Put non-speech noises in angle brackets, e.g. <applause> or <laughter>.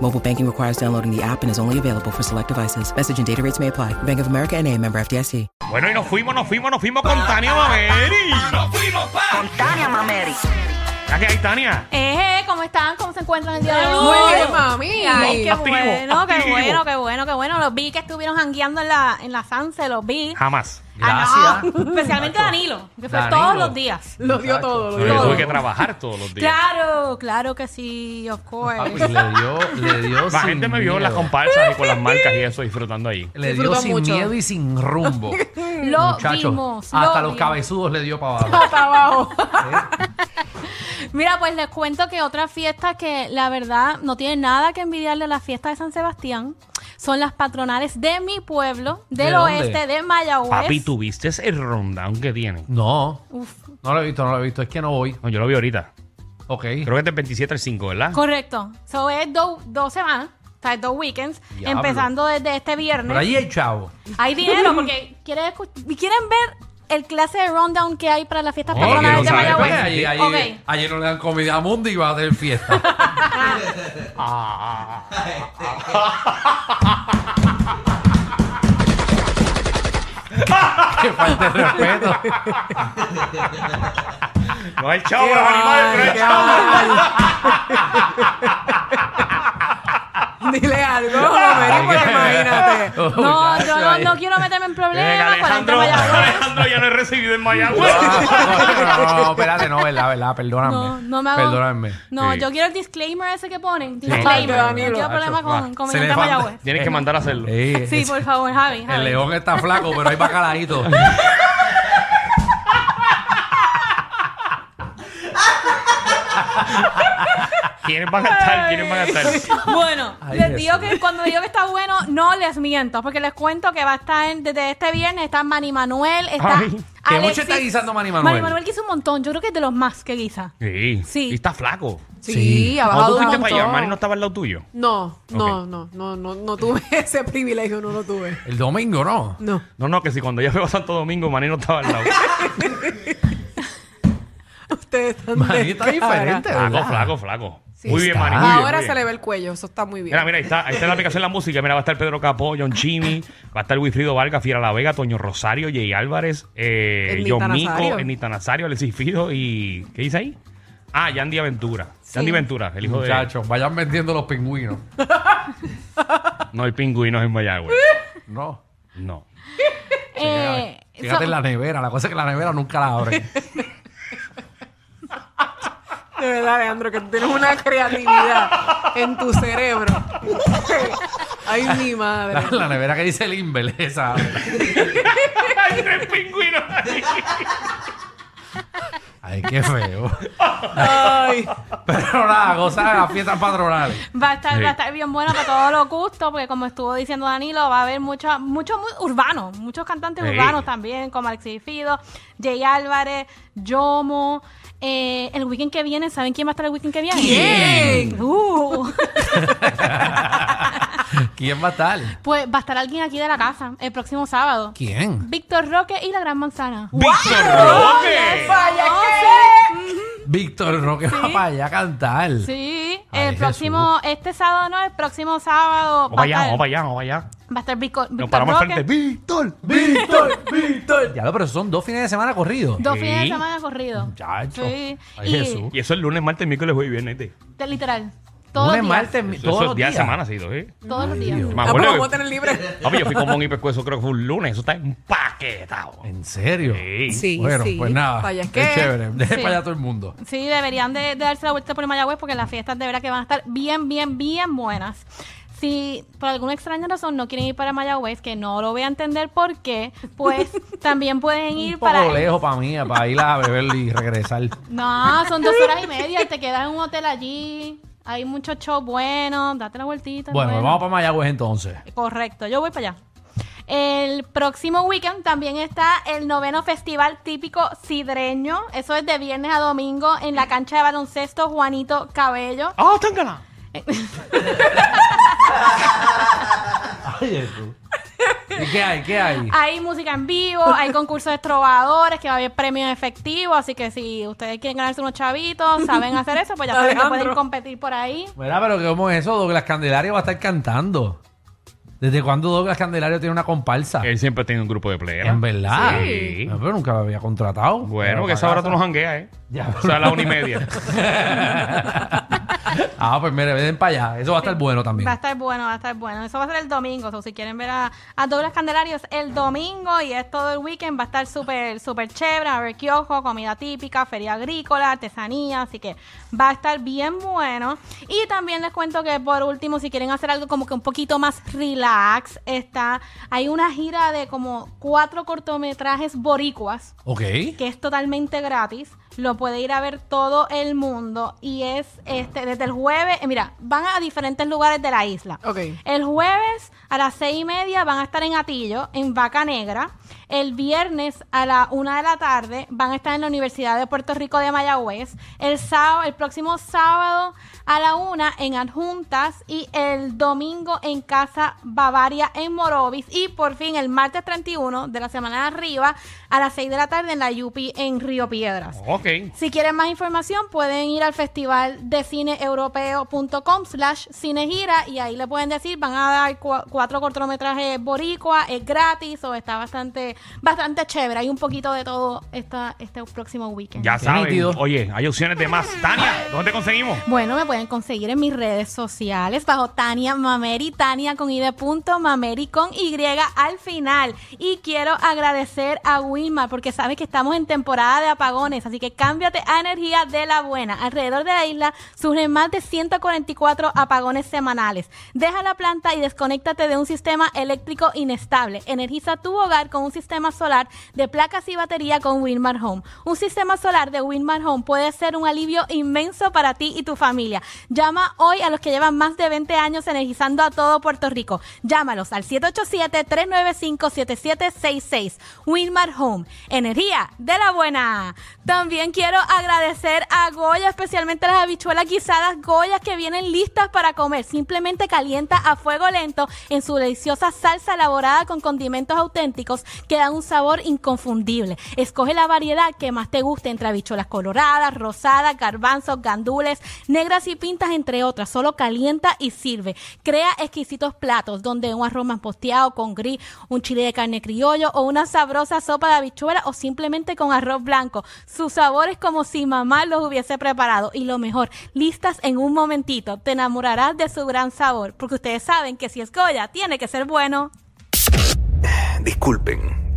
Mobile banking requires downloading the app and is only available for select devices. Message and data rates may apply. Bank of America and a member FDIC. Bueno, y nos fuimos, nos fuimos, nos fuimos con Tania Mameri. Tania Mameri. ¿Ya que hay, Tania? Eh, ¿cómo están? ¿Cómo se encuentran el día de hoy? Muy bien, mami. Ay, qué Activo, bueno, qué activo. bueno, qué bueno, qué bueno. Los vi que estuvieron jangueando en la, en la Sanse, los vi. Jamás. Ah, no, Gracias. <laughs> Especialmente Danilo, que fue Danilo. todos los días. Lo dio todo, lo Pero dio yo tuve todo. que trabajar todos los días. Claro, claro que sí, of Papi, course. le dio, le dio La sin gente me vio en las miedo. comparsas y con las marcas y eso disfrutando ahí. Le dio Disfrutó sin mucho. miedo y sin rumbo. <laughs> Lo Muchachos, vimos, lo hasta los vimos. <laughs> cabezudos le dio para abajo. <laughs> Hasta abajo. Mira, pues les cuento que otra fiesta que la verdad no tiene nada que envidiarle a la fiesta de San Sebastián son las patronales de mi pueblo, del ¿De dónde? oeste, de Mayagüez. Papi, ¿tuviste el rundown que tiene? No, Uf, no lo he visto, no lo he visto. Es que no voy. No, yo lo vi ahorita. Ok. Creo que es del 27 al 5, ¿verdad? Correcto. So es do- dos semanas, o sea, es dos weekends, Diablo. empezando desde este Pero viernes. ahí hay chavo. Hay dinero porque quieren, quieren ver el clase de rundown que hay para las fiestas Oh, patronales quiero de saber, Mayagüez. vaya. Ayer, ayer, Ok. ayer no le dan comida a Mundi y va a tener <laughs> fiesta. Qué falta de respeto. No el chavo, los animales, pero el chavo. Dile algo, Romero, pues imagínate. Oh, No, muchacho, yo no, ayer. no quiero meterme en Eh, problemas con gente de Alejandro, Mayagüez. Alejandro ya lo he recibido en Mayagüez. Ah, no, no, no, espérate, no, verdad, verdad, perdóname. No, no me hago. Perdóname. No, Sí. yo quiero el disclaimer ese que ponen. Ay, Disclaimer. Danilo. No quiero problemas con, con mi Se gente de levanta. Mayagüez. Tienes que mandar a hacerlo. Eh, Sí, ese- por favor, Javi. El Javi. león está flaco, pero hay bacalaíto. ¿Quiénes van a estar? ¿Quiénes van a estar? <laughs> Bueno, Ay, les digo Jesús. que cuando digo que está bueno, no les miento, porque les cuento que va a estar en- desde este viernes, está Manny Manuel, está Ay, que mucho Alexis. está guisando Manny Manuel. Manny Manuel guisa un montón, yo creo que es de los más que guisa. Sí. Sí. Y está flaco. Sí, ha ¿Cuándo bajado tú un fuiste para allá? montón. Manny no estaba al lado tuyo. No, no, no, no, no, no tuve <laughs> ese privilegio, no lo tuve. El domingo no. No. <laughs> No, no, que si cuando yo fui a Santo Domingo, Manny no estaba al lado. Ustedes están Manny está diferente. flaco, ¿verdad? flaco, flaco. Sí muy bien, está. Manny. Muy bien, Ahora muy se bien. le ve el cuello, eso está muy bien. Mira, mira, ahí está, ahí está la aplicación de la música. Mira, va a estar Pedro Capó, John Chimi, va a estar Wilfrido Vargas, Fiera La Vega, Toño Rosario, Jay Álvarez, eh, Ernita John Mico, Nazario. Ernita Nazario, Alexis Fido y. ¿Qué dice ahí? Ah, Yandy Aventura. Yandy Ventura, el hijo Muchachos, vayan vendiendo los pingüinos. de. No hay pingüinos en Mayagüez. No. No. Eh, Fíjate so- en la nevera. La cosa es que la nevera nunca la <laughs> abren. De verdad, Leandro, que tú tienes una creatividad en <laughs> tu cerebro. Ay, mi La, madre. Ah, la nevera que dice el Imbel, esa. hay tres pingüinos ahí. Ay, qué feo. Ay. Pero nada, gozar de las fiestas patronales. Va a, estar, Sí. va a estar bien buena para todos los gustos, porque como estuvo diciendo Danilo, va a haber muchos muchos mu- urbanos, muchos cantantes Sí. urbanos también, como Alexis Fido, Jay Álvarez, Yomo. Eh, el weekend que viene, ¿saben quién va a estar el weekend que viene? ¿Quién? Uh, <laughs> ¿Quién va a estar? pues va a estar alguien aquí de la casa el próximo sábado. ¿Quién? Víctor Roque y la Gran Manzana. Oh, ¡Víctor Roque! Víctor Roque va para allá a cantar. Sí, Ay, el próximo, este sábado no, el próximo sábado Vamos va, para allá, a vamos estar, para allá, vamos para allá. va a estar Vico- Víctor Nos paramos al Roque. frente. ¡Víctor! Víctor, Víctor. Ya lo, pero son dos fines de semana corridos. Dos fines de Sí. semana corrido. Muchacho. Sí. Ay, y Jesús. Y eso es lunes, martes, miércoles, jueves y viernes. ¿viste? te- literal. Todos Lunes, los días. martes, Eso- mi- Eh, todos esos los días días. de semana ha sido, ¿sí? Todos los Ay, días. Dios. Me Ah, pues acuerdo vamos a que- tener libre. Papi, yo fui con Mon y Pescuezo, creo que fue un lunes. Eso está empaquetado. ¿En serio? Sí. Sí, bueno, sí. pues nada. Vaya, es ¿qué? chévere. Deje Sí. para allá todo el mundo. Sí, deberían de, de darse la vuelta por Mayagüez porque las fiestas de verdad que van a estar bien, bien, bien buenas. Si por alguna extraña razón no quieren ir para Mayagüez, que no lo voy a entender por qué, <laughs> pues también pueden ir Un poco para... lejos para mí, para ir a beber y regresar. No, son dos horas y media y te quedas en un hotel allí. Hay muchos shows buenos, date la vueltita. Bueno, bueno. pues vamos para Mayagüez entonces. Correcto, yo voy para allá. El próximo weekend también está el noveno festival típico sidreño. Eso es de viernes a domingo en la cancha de baloncesto Juanito Cabello. ¡Ah, tángala! ¿Y qué hay? ¿Qué hay? Hay música en vivo, hay concursos de trovadores, que va a haber premios efectivos. Así que si ustedes quieren ganarse unos chavitos, saben hacer eso, pues ya saben que Alejandro. pueden competir por ahí. Mira, pero que ¿cómo es eso? Douglas Candelario va a estar cantando. ¿Desde cuándo Douglas Candelario tiene una comparsa? Él siempre ha tenido un grupo de players. Ah. En verdad. Sí. No, pero nunca me había contratado. Bueno, que esa hora tú nos jangueas, ¿eh? Ya. O sea, a la una y <laughs> media. Ah, pues mire, ven para allá. Eso va a estar bueno también. Va a estar bueno, va a estar bueno. Eso va a ser el domingo. So, si quieren ver a, a Douglas Candelarios el domingo y es todo el weekend, va a estar súper, súper chévere. A ver quiojo, comida típica, feria agrícola, artesanía. Así que va a estar bien bueno. Y también les cuento que por último, si quieren hacer algo como que un poquito más relax, está hay una gira de como cuatro cortometrajes boricuas Ok. que es totalmente gratis. Lo puede ir a ver todo el mundo. Y es este desde el jueves. eh, mira, van a diferentes lugares de la isla. Ok. El jueves a las seis y media van a estar en Atillo, en Vaca Negra. El viernes a la una de la tarde van a estar en la Universidad de Puerto Rico de Mayagüez. El sábado, el próximo sábado a la una en Adjuntas y el domingo en Casa Bavaria en Morovis. Y por fin el martes 31 de la semana de arriba a las 6 de la tarde en la Yupi en Río Piedras. ok. Si quieren más información, pueden ir al festival de cine europeo.com slash cinegira y ahí le pueden decir, van a dar cua- cuatro cortometrajes boricua, es gratis o está bastante, bastante chévere. Hay un poquito de todo esta, este próximo weekend. Ya Qué saben. nítido. Oye, hay opciones de más. Tania, ¿dónde te conseguimos? Bueno, me pueden conseguir en mis redes sociales bajo Tania Mameri, Tania con I de punto, Mameri con Y al final. Y quiero agradecer a Wilmar porque sabes que estamos en temporada de apagones, así que cámbiate a energía de la buena. Alrededor de la isla surgen más de 144 apagones semanales. Deja la planta y desconéctate de un sistema eléctrico inestable. Energiza tu hogar con un sistema solar de placas y batería con Wilmar Home. Un sistema solar de Wilmar Home puede ser un alivio inmenso para ti y tu familia. Llama hoy a los que llevan más de 20 años energizando a todo Puerto Rico. Llámalos al 787-395-7766. Wilmar Home, energía de la buena. También quiero agradecer a Goya, especialmente las habichuelas guisadas Goya que vienen listas para comer. Simplemente calienta a fuego lento en su deliciosa salsa elaborada con condimentos auténticos que dan un sabor inconfundible. Escoge la variedad que más te guste entre habichuelas coloradas, rosadas, garbanzos, gandules, negras y pintas, entre otras. Solo calienta y sirve. Crea exquisitos platos donde un arroz mamposteado con gris, un chile de carne criollo o una sabrosa sopa de habichuela o simplemente con arroz blanco. Sus sabores como si mamá los hubiese preparado. Y lo mejor, listas en un momentito. Te enamorarás de su gran sabor. Porque ustedes saben que si es Goya, tiene que ser bueno. Disculpen,